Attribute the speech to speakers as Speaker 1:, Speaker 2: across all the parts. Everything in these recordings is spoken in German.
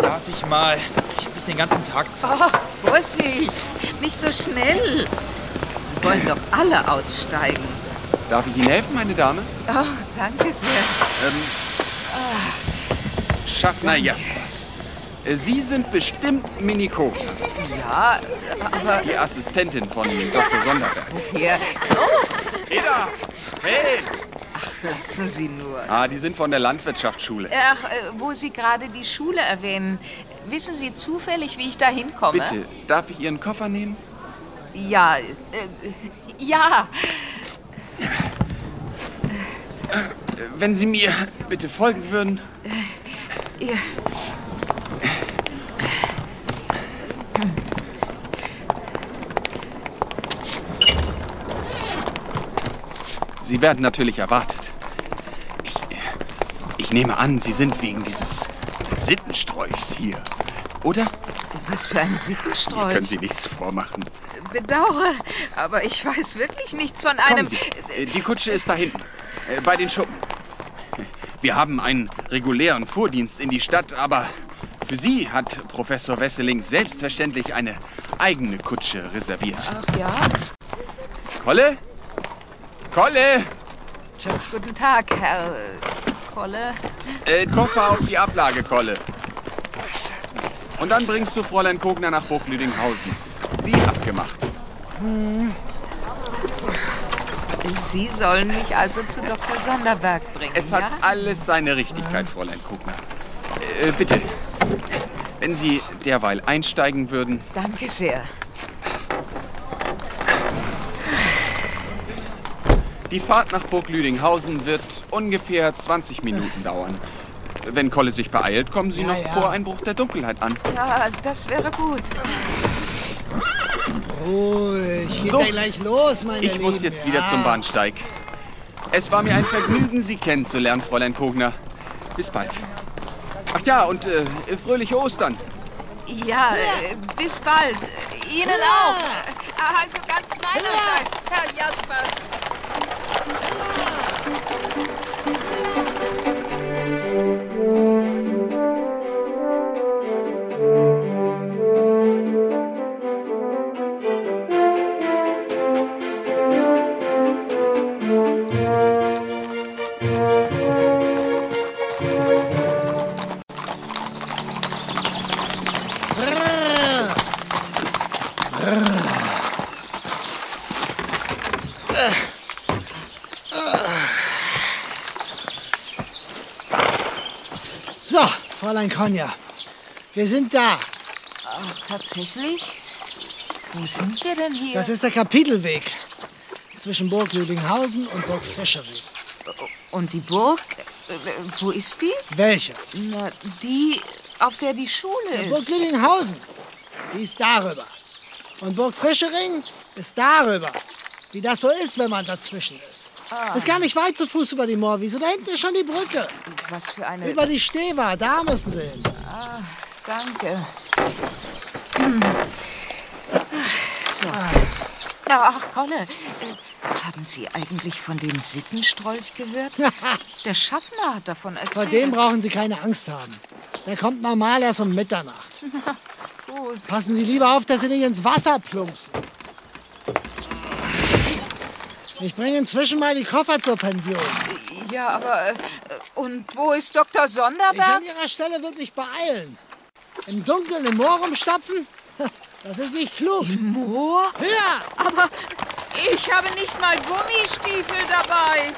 Speaker 1: Darf ich mal? Ich habe nicht den ganzen Tag Zeit.
Speaker 2: Oh, Vorsicht! Nicht so schnell! Wir wollen doch alle aussteigen.
Speaker 3: Darf ich Ihnen helfen, meine Dame?
Speaker 2: Oh, danke sehr.
Speaker 3: Schaffner Jaspers. Äh, Sie sind bestimmt Minikoria,
Speaker 2: Ja, aber
Speaker 3: die Assistentin von Dr. Sonderberg.
Speaker 2: hier, Oh.
Speaker 3: Eda! Hey!
Speaker 2: lassen Sie nur.
Speaker 3: Ah, die sind von der Landwirtschaftsschule.
Speaker 2: Ach, äh, wo Sie gerade die Schule erwähnen. Wissen Sie zufällig, wie ich da hinkomme?
Speaker 3: Bitte, darf ich Ihren Koffer nehmen?
Speaker 2: Ja, äh, ja.
Speaker 3: Äh, Wenn Sie mir bitte folgen würden.
Speaker 2: Ja.
Speaker 3: Sie werden natürlich erwartet. Ich, äh, ich nehme an, Sie sind wegen dieses Sittensträuchs hier. Oder?
Speaker 2: Was für ein
Speaker 3: Mir können
Speaker 2: Sittenstrolch.
Speaker 3: Sie nichts vormachen.
Speaker 2: Bedauere, aber ich weiß wirklich nichts von
Speaker 3: Kommen
Speaker 2: einem.
Speaker 3: Sie. Äh, Die Kutsche ist da hinten, äh, bei den Schuppen. Wir haben einen regulären Fuhrdienst in die Stadt, aber für Sie hat Professor Wesseling selbstverständlich eine eigene Kutsche reserviert.
Speaker 2: Ach ja,
Speaker 3: Kolle? Kolle!
Speaker 2: guten Tag, Herr äh, Kolle.
Speaker 3: Äh, Koffer auf die Ablage, Kolle. Und dann bringst du Fräulein Kogner nach Hochlüdinghausen. Wie abgemacht.
Speaker 2: Sie sollen mich also zu Dr. Sonderberg bringen.
Speaker 3: Es
Speaker 2: ja?
Speaker 3: hat alles seine Richtigkeit, Fräulein Kogner. Äh, bitte, wenn Sie derweil einsteigen würden,
Speaker 2: Danke sehr.
Speaker 3: Die Fahrt nach Burg Lüdinghausen wird ungefähr 20 Minuten dauern. Wenn Kolle sich beeilt, kommen sie noch vor Einbruch der Dunkelheit an.
Speaker 2: Ja, das wäre gut.
Speaker 4: Ruhig, geht
Speaker 3: So.
Speaker 4: ja gleich los, meine
Speaker 3: Ich muss
Speaker 4: Lieben.
Speaker 3: jetzt wieder
Speaker 4: ja.
Speaker 3: zum Bahnsteig. Es war mir ein Vergnügen, Sie kennenzulernen, Fräulein Kogner. Bis bald. Ach ja, und äh, fröhliche Ostern.
Speaker 2: Ja, äh, bis bald. Ihnen auch. Äh, Also ganz meinerseits, Herr Jaspers.
Speaker 4: So, Fräulein Konja, wir sind da.
Speaker 2: Ach, tatsächlich? Wo sind wir denn hier?
Speaker 4: Das ist der Kapitelweg zwischen Burg Lüdinghausen und Burg Fescherweg.
Speaker 2: Und die Burg? Äh, wo ist die?
Speaker 4: Welche?
Speaker 2: Na, die, auf der die Schule
Speaker 4: Burg
Speaker 2: ist.
Speaker 4: Lüdinghausen, die ist darüber. Und Burg Fischering ist darüber. Wie das so ist, wenn man dazwischen ist.
Speaker 2: Ah.
Speaker 4: Ist gar nicht weit zu Fuß über die Moorwiese. Da hinten ist schon die Brücke.
Speaker 2: Was für eine...
Speaker 4: Über die Stewa, da müssen sie hin.
Speaker 2: Danke. So. Ach, Kolle, äh, haben Sie eigentlich von dem Sittenstrolch gehört? Der Schaffner hat davon erzählt.
Speaker 4: Vor dem brauchen Sie keine Angst haben. Der kommt normal erst um Mitternacht.
Speaker 2: Gut.
Speaker 4: Passen Sie lieber auf, dass Sie nicht ins Wasser plumpsen. Ich bringe inzwischen mal die Koffer zur Pension.
Speaker 2: Ja, aber... Äh, und wo ist Dr.
Speaker 4: Ich an
Speaker 2: Sonderberg?
Speaker 4: Ihrer Stelle würde mich beeilen. Im Dunkeln im Moor rumstapfen? Das ist nicht klug.
Speaker 2: Moor?
Speaker 4: Ja,
Speaker 2: Aber ich habe nicht mal Gummistiefel dabei.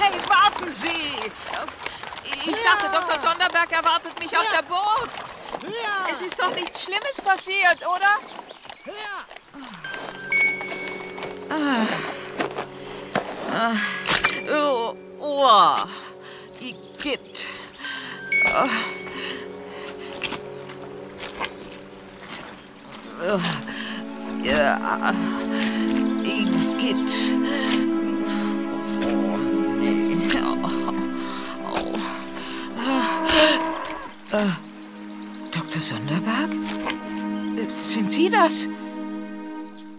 Speaker 2: Hey, warten Sie! Ich dachte, Dr. Sonderberg erwartet mich auf der Burg. Es ist doch nichts Schlimmes passiert, oder? Oh, oh. Igitt. Ah. Ah. Ja. Igitt. Oh, nee. Oh. Oh. Ah. Äh, Dr. Sonderberg? Äh, Sind Sie das?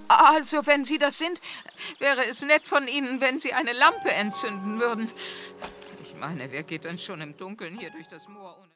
Speaker 2: Also, wenn Sie das sind, wäre es nett von Ihnen, wenn Sie eine Lampe entzünden würden. Ich meine, wer geht denn schon im Dunkeln hier durch das Moor ohne...